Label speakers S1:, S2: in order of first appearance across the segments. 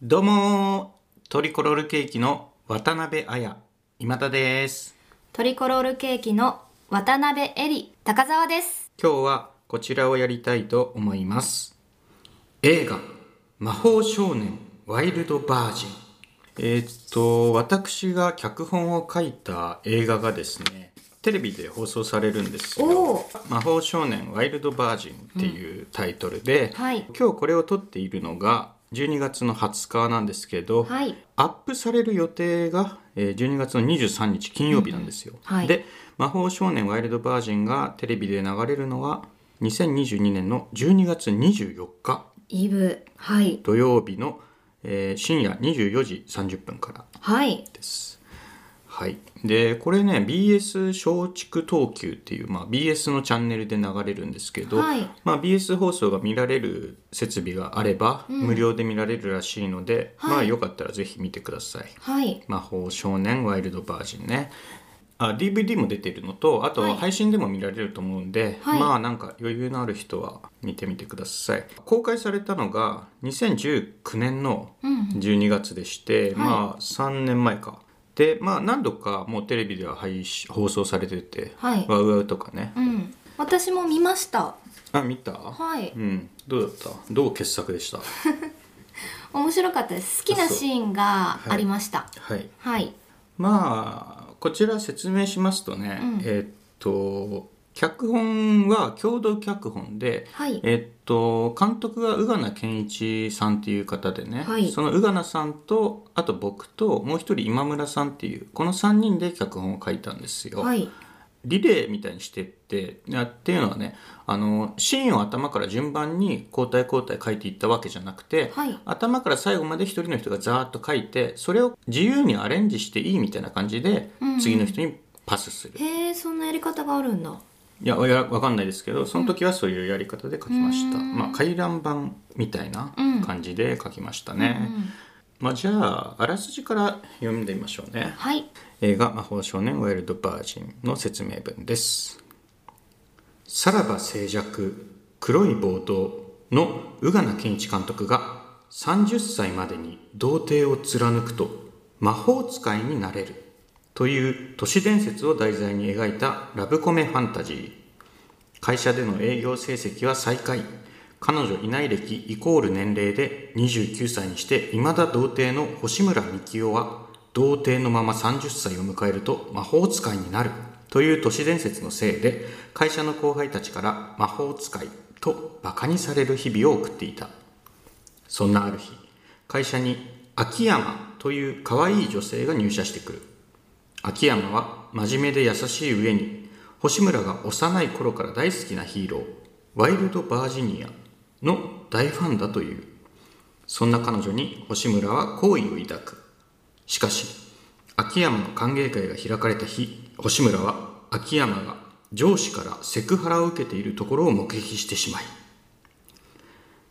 S1: どうもートリコロールケーキの渡辺彩今田です
S2: トリコロールケーキの渡辺恵里高澤です
S1: 今日はこちらをやりたいと思います映画「魔法少年ワイルドバージン」えーっと私が脚本を書いた映画がですねテレビで放送されるんですよ
S2: おお
S1: 「魔法少年ワイルドバージン」っていうタイトルで、
S2: はい
S1: 今日これを撮っているのが12月の20日なんですけど、
S2: はい
S1: アップされる予定がえー12月の23日金曜日なんですよ。
S2: はい
S1: で「魔法少年ワイルドバージン」がテレビで流れるのは2022年の12月24日
S2: イブはい
S1: 土曜日の、えー深夜24時30分から
S2: はい
S1: です。はい、でこれね BS 松竹東急っていう、まあ、BS のチャンネルで流れるんですけど、
S2: はい
S1: まあ、BS 放送が見られる設備があれば、無料で見られるらしいので、
S2: はい
S1: まあ、よかったらぜひ見てください。
S2: はい
S1: 魔法少年ワイルドバージンねあ DVD も出てるのとあ
S2: は
S1: と
S2: い
S1: 配信でも見られると思うんで、
S2: はい
S1: まあなんか余裕のある人は見てみてください公開されたのが2019年の12月でして、
S2: ん
S1: まあ3年前かでまあ何度かもうテレビでは配信放送されてて「
S2: はい
S1: ワウワウ」とかね
S2: うん私も見ました
S1: あ見た、
S2: はい
S1: うんどうだったどう傑作でした
S2: 面白かったです好きなシーンが
S1: そうはい
S2: ありました
S1: はい
S2: はい
S1: まあこちら説明しますとね、
S2: うん
S1: えーっと脚本は共同脚本で、
S2: はい
S1: えーっと監督が宇賀名健一さんっていう方でね、
S2: はい
S1: その宇賀名さんとあと僕ともう一人今村さんっていうこの3人で脚本を書いたんですよ。
S2: はい
S1: リレーみたいにしてってなっていうのはねあのシーンを頭から順番に交代交代書いていったわけじゃなくて、
S2: はい
S1: 頭から最後まで一人の人がざーっと書いてそれを自由にアレンジしていいみたいな感じで
S2: うんうん
S1: 次の人にパスする、
S2: へえそんなやり方があるんだ
S1: いやいやわかんないですけどその時はそういうやり方で書きました、
S2: うん
S1: まあ回覧版みたいな
S2: うん
S1: 感じで書きましたね、
S2: うん
S1: まあじゃああらすじから読んでみましょうね
S2: はい
S1: 映画「魔法少年ワイルドバージン」の説明文です「さらば静寂黒い暴動」の宇賀名健一監督が30歳までに童貞を貫くと魔法使いになれるという都市伝説を題材に描いたラブコメファンタジー会社での営業成績は最下位彼女いない歴イコール年齢で29歳にして未だ童貞の星村美紀夫は童貞のまま30歳を迎えると魔法使いになるという都市伝説のせいで会社の後輩たちから魔法使いとバカにされる日々を送っていたそんなある日会社に秋山という可愛い女性が入社してくる秋山は真面目で優しい上に星村が幼い頃から大好きなヒーローワイルド・バージニアの大ファンだというそんな彼女に星村は好意を抱くしかし秋山の歓迎会が開かれた日星村は秋山が上司からセクハラを受けているところを目撃してしまい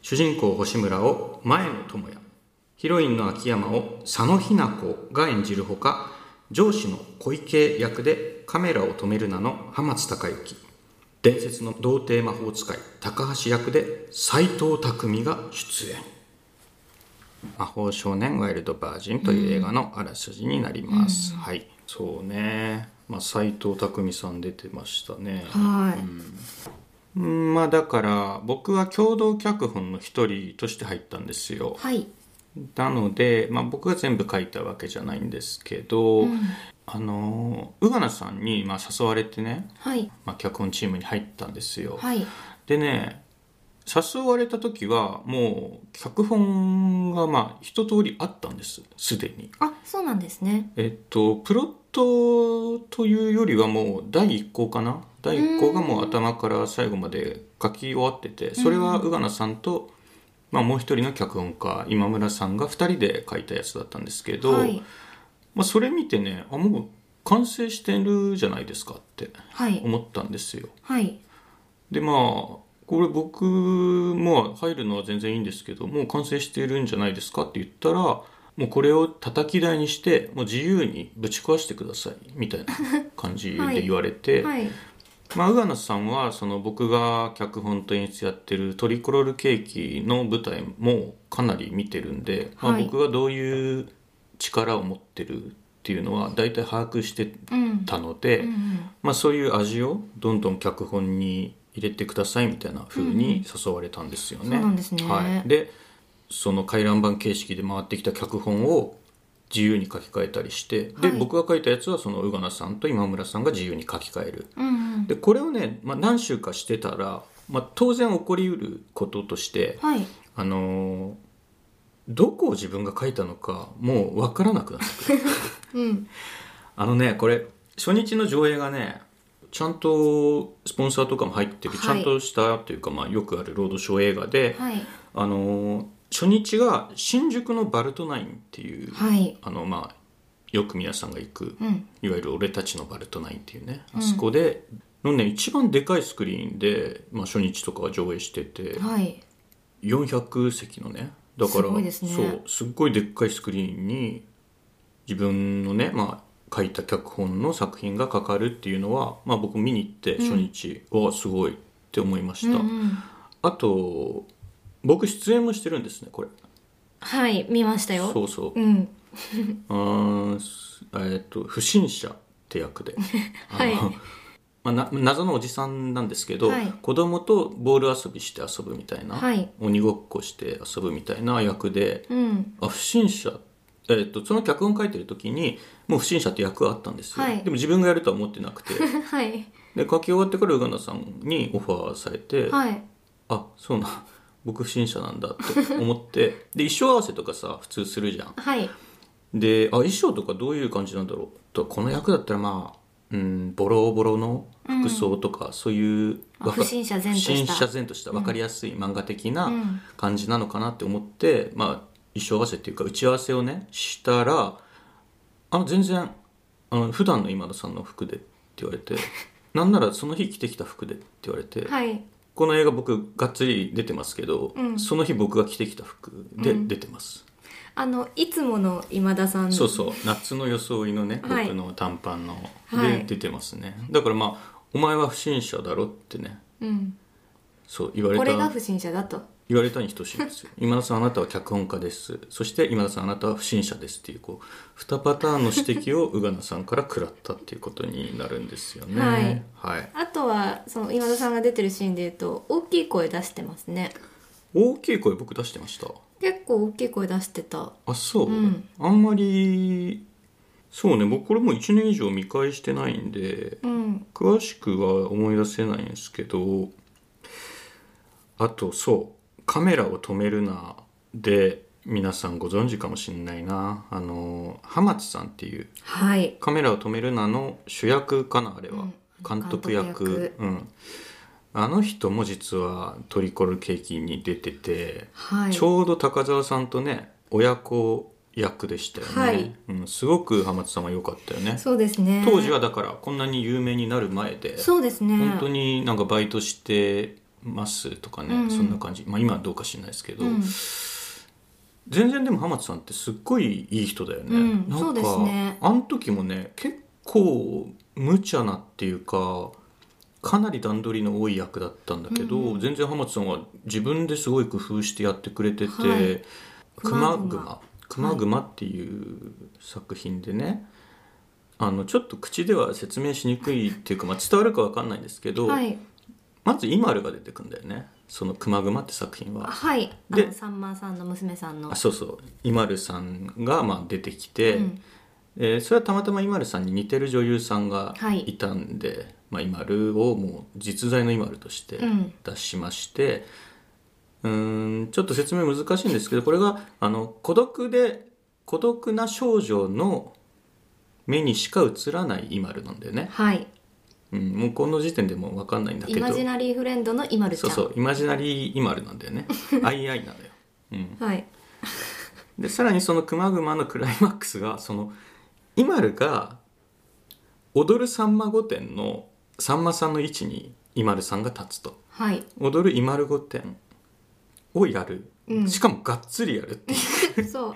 S1: 主人公星村を前野智也ヒロインの秋山を佐野日奈子が演じるほか上司の小池役でカメラを止めるなの浜津孝之伝説の童貞魔法使い高橋役で斎藤匠が出演魔法少年ワイルドバージンという映画のあらすじになります、はいそうねまあ斎藤匠さん出てましたね
S2: はい
S1: うんまあだから僕は共同脚本の一人として入ったんですよ
S2: はい
S1: なので、まあ、僕が全部書いたわけじゃないんですけど、あの宇賀名さんにまあ誘われてね、
S2: はい
S1: まあ、脚本チームに入ったんですよ、
S2: はい
S1: でね誘われた時はもう脚本がまあ一通りあったんですすでに
S2: あそうなんですね
S1: えっとプロットというよりはもう第1項かな第1項がもう頭から最後まで書き終わっててそれは宇賀名さんと、まあ、もう一人の脚本家今村さんが2人で書いたやつだったんですけど、
S2: はい
S1: まあ、それ見てねあもう完成してるじゃないですかって
S2: はい
S1: 思ったんですよ。
S2: はい
S1: でまあこれ僕も入るのは全然いいんですけどもう完成してるんじゃないですかって言ったらもうこれを叩き台に してもう自由にぶち壊してくださいみたいな感じで言われて、
S2: はい
S1: まあ、宇賀野さんはその僕が脚本と演出やってる「トリコロールケーキ」の舞台もかなり見てるんで、ま
S2: は
S1: あ、
S2: い
S1: 僕がどういう力を持ってるっていうのは大体把握して
S2: うん
S1: たので、
S2: うんうん
S1: まあ、そういう味をどんどん脚本に入れてくださいみたいな風に誘われたんですよね。
S2: そうなんですね
S1: はい、でその回覧板形式で回ってきた脚本を自由に書き換えたりして、で
S2: はい
S1: 僕が書いたやつはその宇賀名さんと今村さんが自由に書き換える。
S2: うんうん
S1: でこれをね、まあ、何週かしてたら、まあ、当然起こりうることとして、
S2: はい
S1: あのーどこを自分が書いたのかもう分からなくなってくる
S2: うん
S1: あのねこれ初日の上映がねちゃんとスポンサーとかも入ってる、
S2: はい
S1: ちゃんとしたというか、まあ、よくあるロードショー映画で、
S2: はい
S1: あのー初日が新宿のバルトナインっていう、
S2: はい
S1: あのまあよく皆さんが行く、
S2: うん
S1: いわゆる「俺たちのバルトナイン」っていうね、あそこでのね一番でかいスクリーンで、まあ、初日とかは上映してて、
S2: はい
S1: 400席のねだから
S2: すごいですね
S1: そうすっごいでっかいスクリーンに自分のね、まあ、書いた脚本の作品がかかるっていうのは、まあ、僕見に行って初日、わあすごいって思いま
S2: う
S1: し
S2: んう
S1: た、
S2: ん
S1: あと僕出演もしてるんですねこれ
S2: はい見ましたよ
S1: そうそう
S2: うん
S1: あーすえーっと不審者って役 で
S2: はい
S1: あのまあ、な謎のおじさんなんですけど、
S2: はい
S1: 子供とボール遊びして遊ぶみたいな、
S2: はい
S1: 鬼ごっこして遊ぶみたいな役で、
S2: うん
S1: あ不審者、えーっとその脚本書いてる時にもう不審者って役はあったんですよ、
S2: はい
S1: でも自分がやるとは思ってなくて
S2: はい
S1: で書き終わってから宇賀名さんにオファーされて、
S2: はい
S1: あそうなん僕不審者なんだって思って で衣装合わせとかさ普通するじゃん
S2: はい
S1: であ衣装とかどういう感じなんだろうとこの役だったらまあうんボロボロの服装とか、そういう
S2: あ
S1: わか
S2: 不審者前と
S1: 不
S2: し
S1: 審
S2: た
S1: 者前とした分かりやすい漫画的な
S2: うん
S1: 感じなのかなって思って、まあ衣装合わせっていうか打ち合わせをねしたらあの全然あの普段の今田さんの服でって言わ れてなんならその日着てきた服でって言われて、
S2: はい
S1: この映画僕がっつり出てますけど、
S2: うん
S1: その日僕が着てきた服で出てます、
S2: あのいつもの今田さん
S1: そうそう夏の装いのね
S2: はい
S1: 僕の短パンの、
S2: はい
S1: で出てますねだからまあお前は不審者だろってね
S2: うん
S1: そう言われ
S2: こ
S1: た
S2: れが不審者だと
S1: 言われたに等しいですよ今田さんあなたは脚本家ですそして今田さんあなたは不審者ですっていうこう2パターンの指摘を宇賀名さんから食らったっていうことになるんですよね
S2: はい、
S1: はい
S2: あとはその今田さんが出てるシーンで言うと大きい声出してますね
S1: 大きい声僕出してました
S2: 結構大きい声出してた
S1: あそう、
S2: うん
S1: あんまりそうね僕これもう1年以上見返してないんで
S2: うん
S1: 詳しくは思い出せないんですけどあとそう「カメラを止めるな」で皆さんご存知かもしれないなあの浜津さんっていう
S2: はい
S1: 「カメラを止めるな」の主役かなあれは、
S2: うん
S1: 監督役
S2: 監督役
S1: うん、あの人も実は「トリコロールケーキ」に出てて、
S2: はい
S1: ちょうど高澤さんとね親子役でしたよね、
S2: はい
S1: うん、すごく浜津さんは良かったよね
S2: そうですね
S1: 当時はだからこんなに有名になる前で
S2: そうですね
S1: 本当になんかバイトしてますとかね、
S2: うんうん
S1: そんな感じまあ今はどうか知らないですけど、
S2: うん
S1: 全然でも浜田さんってすっごいいい人だよね、
S2: うん
S1: なんか
S2: そうですね
S1: あの時もね結構無茶なっていうかかなり段取りの多い役だったんだけど、
S2: うんうん
S1: 全然浜田さんは自分ですごい工夫してやってくれてて「
S2: はい
S1: クマグ
S2: 熊
S1: マ「
S2: 熊」
S1: クマグマ」っていう作品でね、あのちょっと口では説明しにくいっていうか、まあ、伝わるかわかんないんですけど、
S2: はい
S1: まずイマルが出てくんだよねその「クマグマ」って作品は。
S2: はいあ
S1: で
S2: のさんまさんの娘さんの
S1: あそうそう IMALU さんがまあ出てきて、
S2: うん
S1: えーそれはたまたま IMALU さんに似てる女優さんが
S2: はい
S1: いたんで、まあ、IMALU をもう実在の IMALU として
S2: うん
S1: 出しまして、うーんちょっと説明難しいんですけどこれがあの孤独で孤独な少女の目にしか映らない IMALU なんだよね、
S2: はい
S1: うん、もうこの時点でもう分かんないんだけ
S2: イ
S1: ど
S2: マジナリーフレンドのイマルち
S1: そ
S2: ゃ
S1: うんそうイマジナリー IMALU なんだよ ね II なんだよ、うん、
S2: はい
S1: でさらにその「クマグマ」のクライマックスがそのイマルが「踊るさんま御殿」のさんまさんの位置にイマルさんが立つと
S2: はい
S1: 「踊るイマル御殿」をやる、
S2: うん
S1: しかもがっつりやるっていう
S2: そう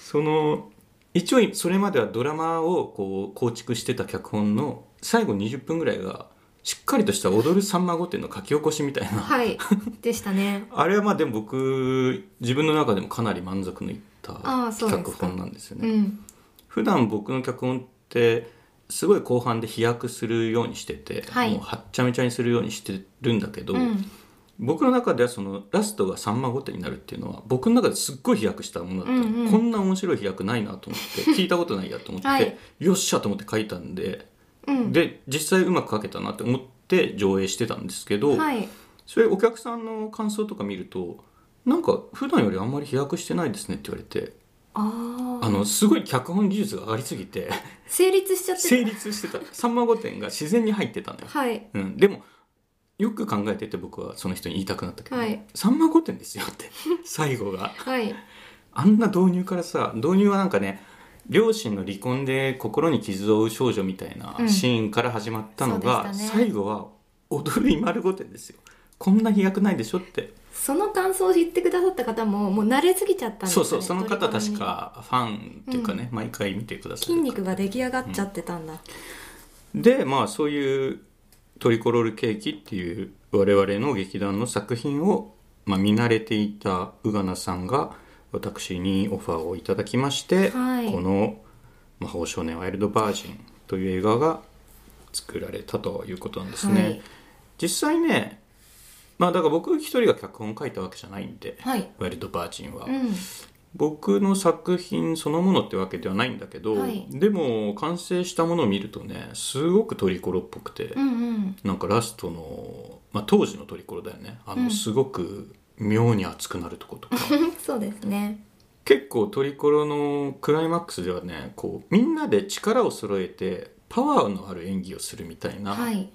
S1: その一応それまではドラマをこう構築してた脚本の最後20分ぐらいがしっかりとした踊るさんま御殿の書き起こしみたいな、
S2: はい。でし たね。
S1: あれはまあでも僕自分の中でもかなり満足のいった
S2: あーそうなんで
S1: 脚
S2: すか
S1: 本なんですよね
S2: うん。
S1: 普段僕の脚本ってすごい後半で飛躍するようにしてて、
S2: はい
S1: もうはっちゃめちゃにするようにしてるんだけど、
S2: うん。
S1: 僕の中ではそのラストがさんま御殿になるっていうのは僕の中ですっごい飛躍したものだったの、
S2: うんうん
S1: こんな面白い飛躍ないなと思 って聞いたことないやと思って、
S2: はい
S1: よっしゃと思って書いたんで、
S2: うん
S1: で実際うまく書けたなって思って上映してたんですけど、
S2: はい。
S1: それお客さんの感想とか見るとなんか普段よりあんまり飛躍してないですねって言われて
S2: ああ。
S1: あのすごい脚本技術が上がりすぎ て
S2: 成立しちゃって
S1: 成立してた「さんま御殿」が自然に入ってたのよ
S2: た。。はい。
S1: うん、でもよく考えてて僕はその人に言いたくなったけど、
S2: はい
S1: さんま御殿ですよって 最後が
S2: はい。
S1: あんな導入からさ導入はなんかね両親の離婚で心に傷を負う少女みたいな
S2: うん
S1: シーンから始まったのが、
S2: そうでしたね
S1: 最後は踊る今る御殿ですよこんな飛躍ないでしょって
S2: その感想を言ってくださった方ももう慣れすぎちゃったんです
S1: そ
S2: よ
S1: う
S2: ね
S1: そうその方
S2: 取
S1: 確
S2: り込みに
S1: かファンっていうかね、毎回見てくださる
S2: 筋肉が出来上がっちゃってたんだ、
S1: でまあそういうトリコロールケーキっていう我々の劇団の作品を、まあ、見慣れていた宇賀名さんが私にオファーをいただきまして、
S2: はい
S1: この「魔法少年ワイルドバージン」という映画が作られたということなんですね。
S2: はい
S1: 実際ねまあだから僕一人が脚本書いたわけじゃないんで、
S2: はい
S1: ワイルドバージンは。
S2: うん
S1: 僕の作品そのものってわけではないんだけど、
S2: はい
S1: でも完成したものを見るとねすごくトリコロっぽくて、
S2: うんうん
S1: なんかラストの、まあ、当時のトリコロだよねあの、
S2: うん
S1: すごく妙に熱くなるとことか
S2: そうですね
S1: 結構トリコロのクライマックスではねこうみんなで力を揃えてパワーのある演技をするみたいな、
S2: はい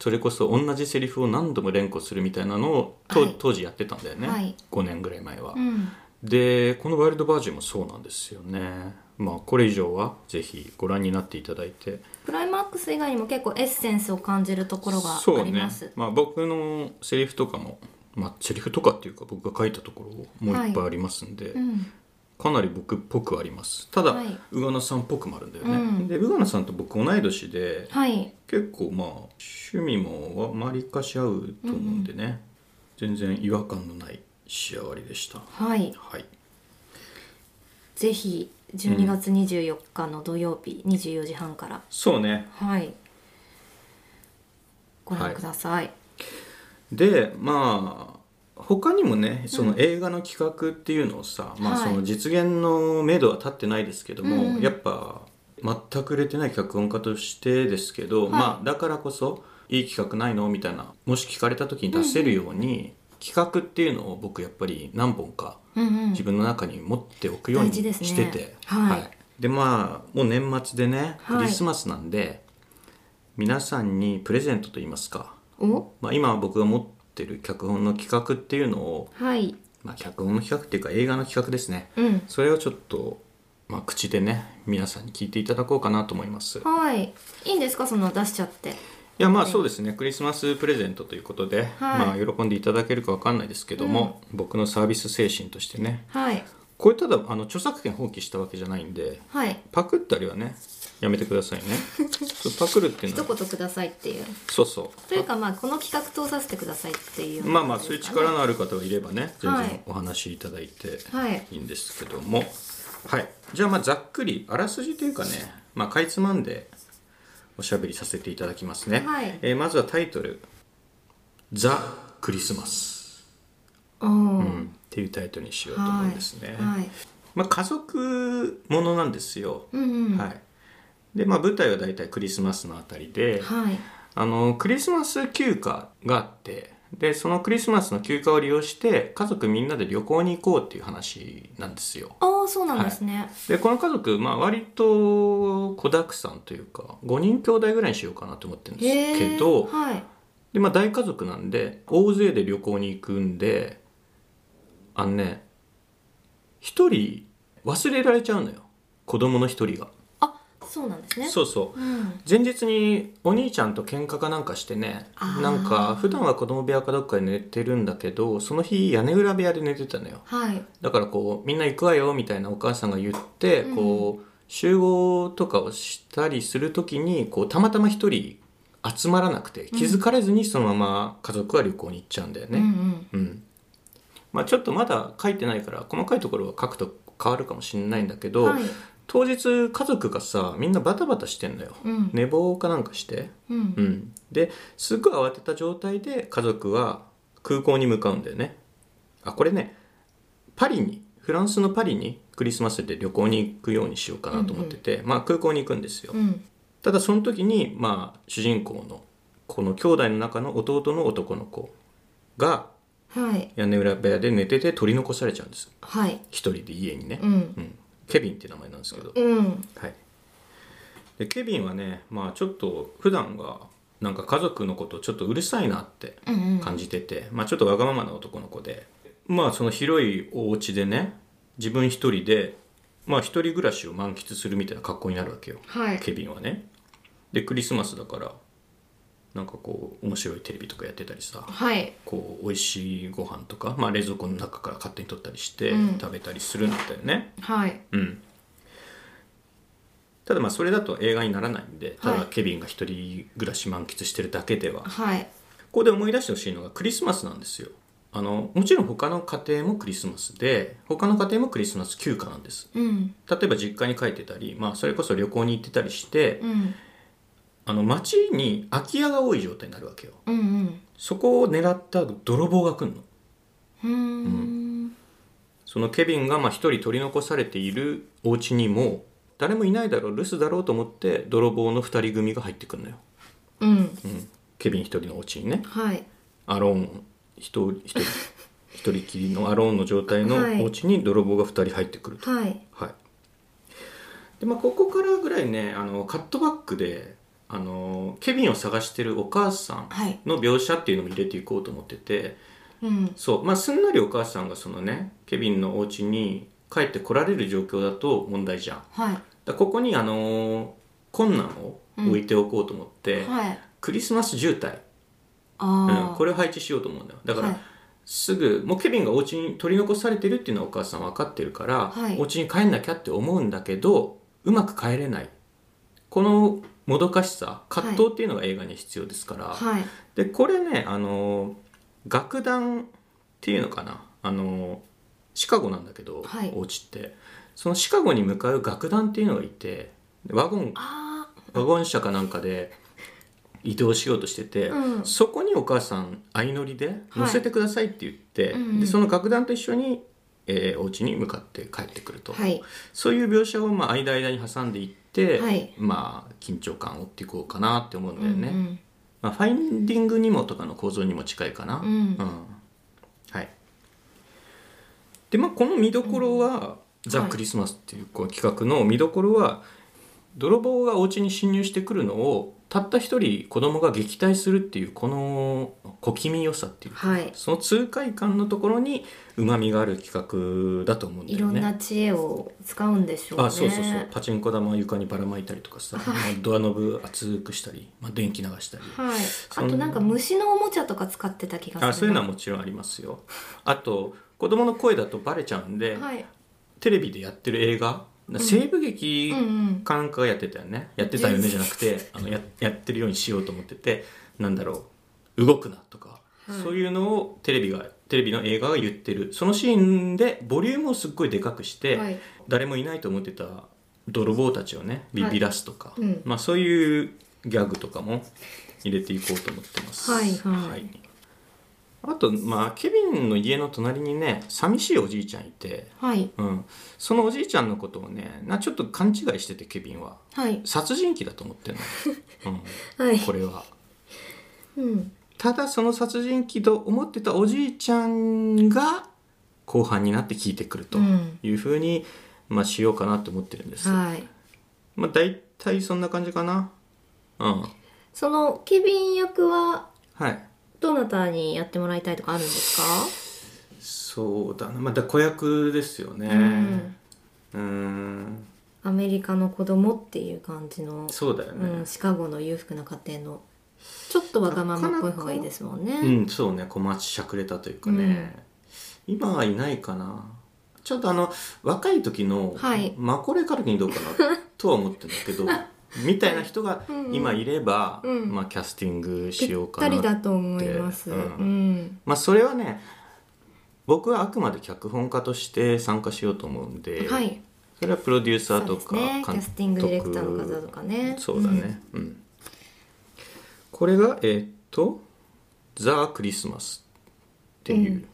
S1: それこそ同じセリフを何度も連呼するみたいなのを、と
S2: はい
S1: 当時やってたんだよね、
S2: はい
S1: 5年ぐらい前は。
S2: うん
S1: でこのワイルドバージンもそうなんですよねまあこれ以上はぜひご覧になっていただいて
S2: クライマックス以外にも結構エッセンスを感じるところが
S1: そう
S2: あります、
S1: ね、まあ、僕のセリフとかもまあセリフとかっていうか僕が書いたところもいっぱいありますんで、
S2: うん
S1: かなり僕っぽくありますただ、
S2: はい
S1: 宇賀名さんっぽくもあるんだよね、
S2: うん
S1: で宇賀名さんと僕同い年で
S2: はい
S1: 結構まあ趣味もあまりかし合うと思うんでね、全然違和感のない仕上がりでした
S2: はい
S1: はい
S2: ぜひ12月24日の土曜日24時半から、
S1: そうね
S2: はいご覧ください、
S1: でまあ他にもねその映画の企画っていうのをさ、まあ、
S2: はい
S1: その実現の目処は立ってないですけども、
S2: うんうん
S1: やっぱ全く売れてない脚本家としてですけど、
S2: い
S1: まあだからこそいい企画ないのみたいなもし聞かれた時に出せるように、企画っていうのを僕やっぱり何本か
S2: うんうん
S1: 自分の中に持っておくように
S2: 大事ですね
S1: してて、
S2: はい
S1: でまあもう年末でね
S2: はい
S1: クリスマスなんで、皆さんにプレゼントといいますか
S2: お
S1: まあ、今僕が持ってる脚本の企画っていうのを、
S2: はい
S1: まあ、脚本の企画っていうか映画の企画ですね
S2: うん
S1: それをちょっと、まあ、口でね皆さんに聞いていただこうかなと思いますい
S2: はいいいんですかその出しちゃって
S1: やまあそうですねクリスマスプレゼントということで、
S2: は
S1: ま
S2: い
S1: あ、喜んでいただけるかわかんないですけども、僕のサービス精神としてね
S2: はい
S1: これただあの著作権放棄したわけじゃないんで
S2: はい
S1: パクったりはねやめてくださいね そうパクるっていうの
S2: 一
S1: は
S2: 言くださいっていう
S1: そうそう
S2: というかまあこの企画通させてくださいっていう
S1: まあまあそういう力
S2: の
S1: のある方がいればね全
S2: はい
S1: 然お話しいただいて
S2: はい
S1: いいんですけども、はいじゃあまあざっくりあらすじというかね、まあ、かいつまんでおしゃべりさせていただきますね、
S2: はい
S1: えーまずはタイトル「ザ・クリスマス
S2: おー」
S1: っていうタイトルにしようと思うんですね、
S2: はいはい
S1: まあ、家族ものなんですよ、
S2: うんうんは
S1: はいでまあ舞台は大体クリスマスのあたりで、
S2: い
S1: あのクリスマス休暇があってでそのクリスマスの休暇を利用して家族みんなで旅行に行こうっていう話なんですよ
S2: ああそうなんですね
S1: でこの家族、まあ、割と子だくさんというか5人兄弟ぐらいにしようかなと思ってるん
S2: へ
S1: です
S2: え
S1: けど、
S2: はい
S1: でまあ、大家族なんで大勢で旅行に行くんであのね一人忘れられちゃうのよ子供の一人が、
S2: あそうなんですね
S1: そうそう
S2: うん
S1: 前日にお兄ちゃんと喧嘩かなんかしてね
S2: あー
S1: なんか普段は子供部屋かどっかで寝てるんだけどその日屋根裏部屋で寝てたのよ
S2: はい
S1: だからこうみんな行くわよみたいなお母さんが言って、
S2: うん
S1: こう集合とかをしたりする時にこうたまたま一人集まらなくて気づかれずにそのまま家族は旅行に行っちゃうんだよ
S2: うんう
S1: ね。
S2: ん
S1: うんまあ、ちょっとまだ書いてないから細かいところは書くと変わるかもしれないんだけど、
S2: はい
S1: 当日家族がさみんなバタバタしてんだよ。
S2: うん
S1: 寝坊かなんかして、
S2: うん
S1: うん、ですっごい慌てた状態で家族は空港に向かうんだよねあこれねパリにフランスのパリにクリスマスで旅行に行くようにしようかなと思ってて、まあ空港に行くんですよ、
S2: うん
S1: ただその時にまあ主人公のこの兄弟の中の弟の男の子が
S2: はい
S1: 屋根裏部屋で寝てて取り残されちゃうんです
S2: はい
S1: 一人で家にね、
S2: うん
S1: うんケビンって名前なんですけど、
S2: うん
S1: はい、でケビンはね、まあ、ちょっと普段がなんか家族のことちょっとうるさいなって
S2: うんうん
S1: 感じてて、まあ、ちょっとわがままな男の子でまあその広いお家でね自分一人でまあ一人暮らしを満喫するみたいな格好になるわけよ、
S2: はい
S1: ケビンはねでクリスマスだからなんかこう面白いテレビとかやってたりさ
S2: はい
S1: こう美味しいご飯とか、まあ、冷蔵庫の中から勝手に取ったりして
S2: うん
S1: 食べたりするんだよね、
S2: はい
S1: うん、ただまあそれだと映画にならないんでた
S2: は
S1: だ
S2: い
S1: ケビンが一人暮らし満喫してるだけでは、こ
S2: はい
S1: こで思い出してほしいのがクリスマスなんですよあのもちろん他の家庭もクリスマスで他の家庭もクリスマス休暇なんです
S2: うん
S1: 例えば実家に帰ってたり、まあ、それこそ旅行に行ってたりして、
S2: うん
S1: あの街に空き家が多い状態になるわけよ
S2: うんうん
S1: そこを狙った泥棒が来るの
S2: うーん
S1: そのケビンがまあ一人取り残されているお家にも誰もいないだろう留守だろうと思って泥棒の二人組が入ってくるのよ、
S2: うん
S1: うん、ケビン一人のお家にね
S2: はい
S1: アローン一人一 人一人きりのアローンの状態の
S2: はい
S1: お家に泥棒が二人入ってくると
S2: はい
S1: はいでまあ、ここからぐらいねあのカットバックであのケビンを探してるお母さん
S2: はい
S1: の描写っていうのも入れていこうと思ってて、
S2: うん
S1: そうまあすんなりお母さんがそのねケビンのお家に帰ってこられる状況だと問題じゃんだか
S2: はい
S1: らここにあのー困難を置いておこうと思って、
S2: はい
S1: クリスマス渋滞、
S2: あ
S1: うん、
S2: あ
S1: これを配置しようと思うんだよだから、
S2: はい
S1: すぐもうケビンがお家に取り残されてるっていうのはお母さん分かってるから、
S2: はい
S1: お家に帰んなきゃって思うんだけどうまく帰れないこのもどかしさ葛藤っていうのが映画に必要ですから、
S2: はい
S1: でこれねあの楽団っていうのかなあのシカゴなんだけど、
S2: はい
S1: お家ってそのシカゴに向かう楽団っていうのがいてでワゴン
S2: ああ
S1: ワゴン車かなんかで移動しようとしてて、
S2: うん
S1: そこにお母さん相乗りで乗せてくださいって言って、
S2: うんうん
S1: でその楽団と一緒に、えーお家に向かって帰ってくると、
S2: はい
S1: そういう描写をまあ間々に挟んでいって、
S2: はい
S1: まあ緊張感を追っていこうかなって思うんだよね。
S2: うん
S1: まあ、ファインディングにもとかの構造にも近いかな、
S2: うん
S1: はいでまあこの見どころは「ザ・クリスマス」っていうこう企画の見どころは泥棒がお家に侵入してくるのをたった一人子供が撃退するっていうこの小気味良さっていうか、
S2: はい
S1: その痛快感のところにうまみがある企画だと思うんだ
S2: い
S1: よ
S2: ろ
S1: ね。
S2: んな知恵を使うんでしょうね
S1: あそうそうそうパチンコ玉を床にばらまいたりとか さ、まあドアノブ厚くしたり、まあ、電気流したり、
S2: はいあ
S1: んな
S2: となんか虫のおもちゃとか使ってた気がする
S1: あそういうのは
S2: も
S1: もちろんありますよあと子供の声だとバレちゃうんで、
S2: はい
S1: テレビでやってる映画、西部劇
S2: うんうん
S1: かなんかがやってたよねやってたよねじゃなくてあのややってるようにしようと思っててなんだろう動くなとか、
S2: はい
S1: そういうのをテレビがテレビの映画が言ってるそのシーンでボリュームをすっごいでかくして、
S2: はい
S1: 誰もいないと思ってた泥棒たちをねビビらすとか、
S2: はいうん
S1: まあ、そういうギャグとかも入れていこうと思ってます。
S2: はいはい
S1: あとまあケビンの家の隣にね寂しいおじいちゃんいて、
S2: はい
S1: うん、そのおじいちゃんのことをねなちょっと勘違いしててケビンは
S2: はい
S1: 殺人鬼だと思ってん の、
S2: は
S1: うん、
S2: い
S1: これは。
S2: うん
S1: ただその殺人鬼と思ってたおじいちゃんが後半になって聞いてくると
S2: うん
S1: いうふうに、まあ、しようかなと思ってるんです、
S2: はい
S1: まあ大体そんな感じかなうん
S2: そのケビン役は
S1: はい
S2: どなたにやってもらいたいとかあるんですか
S1: そうだなまあだ子役ですよね
S2: うん
S1: うーん
S2: アメリカの子供っていう感じの
S1: そうだよね、
S2: うん、シカゴの裕福な家庭のちょっとわがままっぽい方がいいですもんね
S1: うん、そうね小町しゃくれたというかね、今はいないかなちょっとあの若い時の、
S2: はい
S1: マコレカルキにどうかなとは思ってるんだけどみたいな人が今いれば、
S2: うん
S1: まあ、キャスティングし
S2: ぴ
S1: よ
S2: っ
S1: うか
S2: た
S1: な
S2: りだと思います。
S1: う
S2: うんん、
S1: まあ、それはね僕はあくまで脚本家として参加しようと思うんで、
S2: はい。
S1: それはプロデューサー
S2: そ
S1: と
S2: うです
S1: か
S2: ね。キャスティングディレクターの方とかね。
S1: そうだねうん、これがえーっと「ザ・クリスマス」っていう、
S2: うん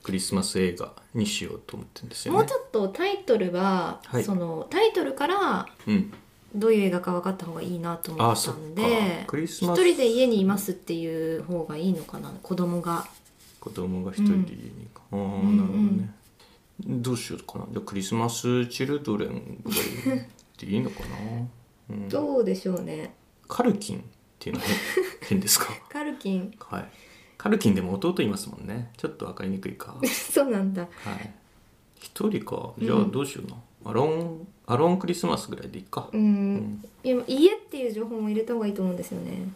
S1: クリスマス映画にしようと思ってるんです
S2: うん。
S1: よね
S2: もうちょっとタイトルは、
S1: はい
S2: そのタイトルから
S1: うん、
S2: どういう映画か分かった方がいいなと思ってた
S1: あそ
S2: ん
S1: っ
S2: で
S1: かクリス
S2: 一
S1: マ
S2: 人
S1: ス
S2: で家にいますっていう方がいいのかな子供が
S1: 子供が一人で家にか、ああーなるほどね、どうしようかなじゃあクリスマス・チルドレンぐらいでいいのかな、うん、
S2: どうでしょうね
S1: カルキンっていうのは変変ですか
S2: カルキン
S1: はいカルキンでも弟いますもんねちょっと分かりにくい か
S2: そうなんだ
S1: はい一人かじゃあ
S2: うん
S1: どうしような、アロンアロンクリスマスぐらいでいいか、
S2: うん、今家っていう情報も入れた方がいいと思うんですよね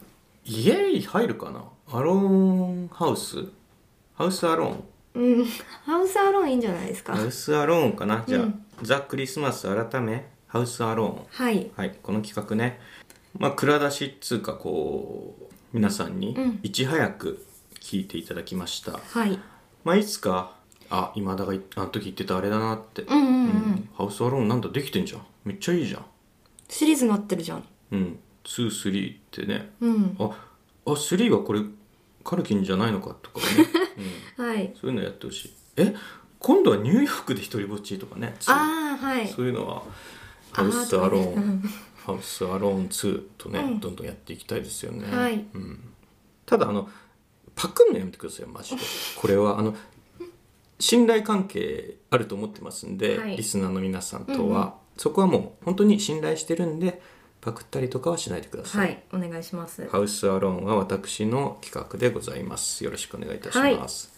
S1: 家に入るかなアロンハウスハウスアローン
S2: うんハウスアローンいいんじゃないですか
S1: ハウスアローンかなじゃあ、
S2: うん
S1: ザ・クリスマス改めハウスアローン
S2: はい
S1: はいこの企画ねまあ蔵出しっつうかこう皆さんに
S2: うん
S1: いち早く聞いていただきました、
S2: はい
S1: まあいつかあ今田がいあの時言ってたあれだなって、
S2: うんうんうん、
S1: うんハウスアローンなんだできてんじゃんめっちゃいいじゃん
S2: シリーズになってるじゃん
S1: うん23ってね
S2: うん
S1: ああ3はこれカルキンじゃないのかとか ね、うん
S2: はい
S1: そういうのやってほしいえ今度はニューヨークで一人ぼっちとかね
S2: ああはい
S1: そういうのはハ
S2: あー
S1: ウスアロー
S2: とかね
S1: ン、
S2: うん
S1: ハウスアローン2とね、
S2: うん
S1: どんどんやっていきたいですよね。
S2: はい
S1: うん、ただあのパクんのやめてくださいマ ジで。これはあの信頼関係あると思ってますんで、
S2: はい
S1: リスナーの皆さんと
S2: うんう
S1: は、
S2: ん
S1: そこはもう本当に信頼してるんでパクったりとかはしないでくださ。
S2: はいいお願いします
S1: ハウスアローンは私の企画でございます。よろしくお願いいたします。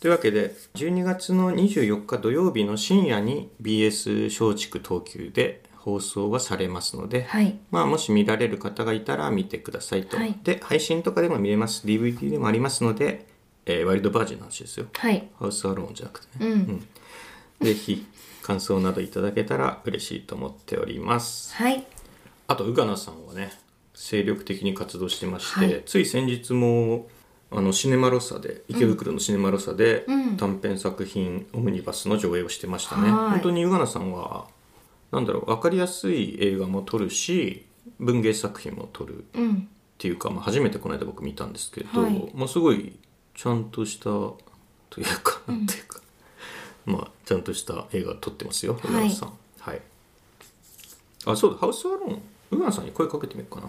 S1: というわけで12月の24日土曜日の深夜に BS 松竹東急で放送がされますので、
S2: はい
S1: まあ、もし見られる方がいたら見てくださいと、
S2: はい
S1: で配信とかでも見れます DVD でもありますので、えーワイルドバージンの話ですよ
S2: はい
S1: ハウスアローンじゃなくて
S2: う
S1: ね、
S2: ん
S1: ぜひ感想などいただけたら嬉しいと思っております
S2: はい
S1: あと宇賀名さんはね精力的に活動してまして、
S2: はい
S1: つい先日もあのシネマロサで池袋のシネマロサで、
S2: うん
S1: 短編作品「オムニバス」の上映をしてましたね
S2: はい
S1: 本当に宇賀名さんはなんだろう分かりやすい映画も撮るし文芸作品も撮るっ
S2: うん
S1: ていうか、まあ、初めてこの間僕見たんですけど、
S2: はい
S1: まあ、すごいちゃんとしたというかなんていうか、まあちゃんとした映画撮ってますよ宇賀名さんはい、あそうだハウスアローン宇賀名さんに声かけてみるかな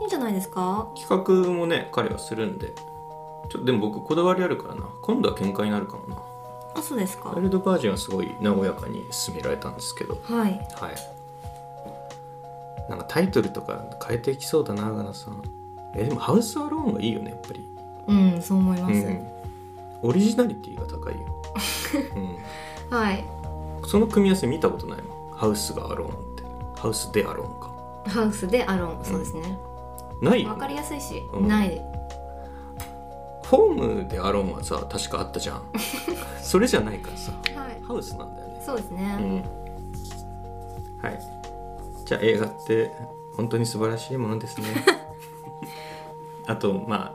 S1: い
S2: いんじゃないですか
S1: 企画もね彼はするんでちょっとでも僕こだわりあるからな今度は喧嘩になるかもな
S2: あそうです
S1: ワイ
S2: か
S1: ルドバージンはすごい和やかに進められたんですけど
S2: はい
S1: はいなんかタイトルとか変えていきそうだなガナさんえでも「ハウス・アローン」がいいよねやっぱり
S2: うんそう思います、
S1: うんオリジナリティが高い よ、
S2: はい
S1: うん、その組み合わせ見たことないもんハウスがアローンってハウスでアローンか
S2: ハウスでアロンそうですね、
S1: ないよ
S2: わ
S1: ね
S2: かりやすいし、
S1: うん
S2: ない
S1: ホームでアローンはさ確かあったじゃ んそれじゃないからさ
S2: はい
S1: ハウスなんだよね
S2: そうです
S1: う
S2: ね、
S1: んはいじゃあ映画って本当に素晴らしいもの ですねあとまあ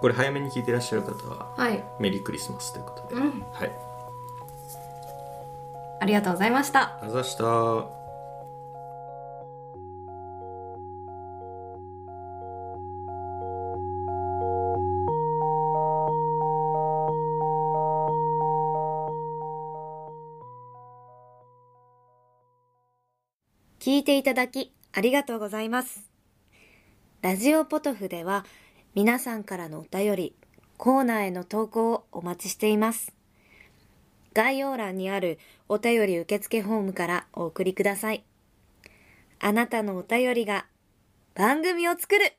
S1: これ早めに聞いてらっしゃる方は
S2: はい
S1: メリークリスマスということで、
S2: うん
S1: はい
S2: ありがとうございました
S1: あざした
S3: 聞いていただきありがとうございます。ラジオポトフでは皆さんからのお便り、コーナーへの投稿をお待ちしています。概要欄にあるお便り受付フォームからお送りください。あなたのお便りが番組を作る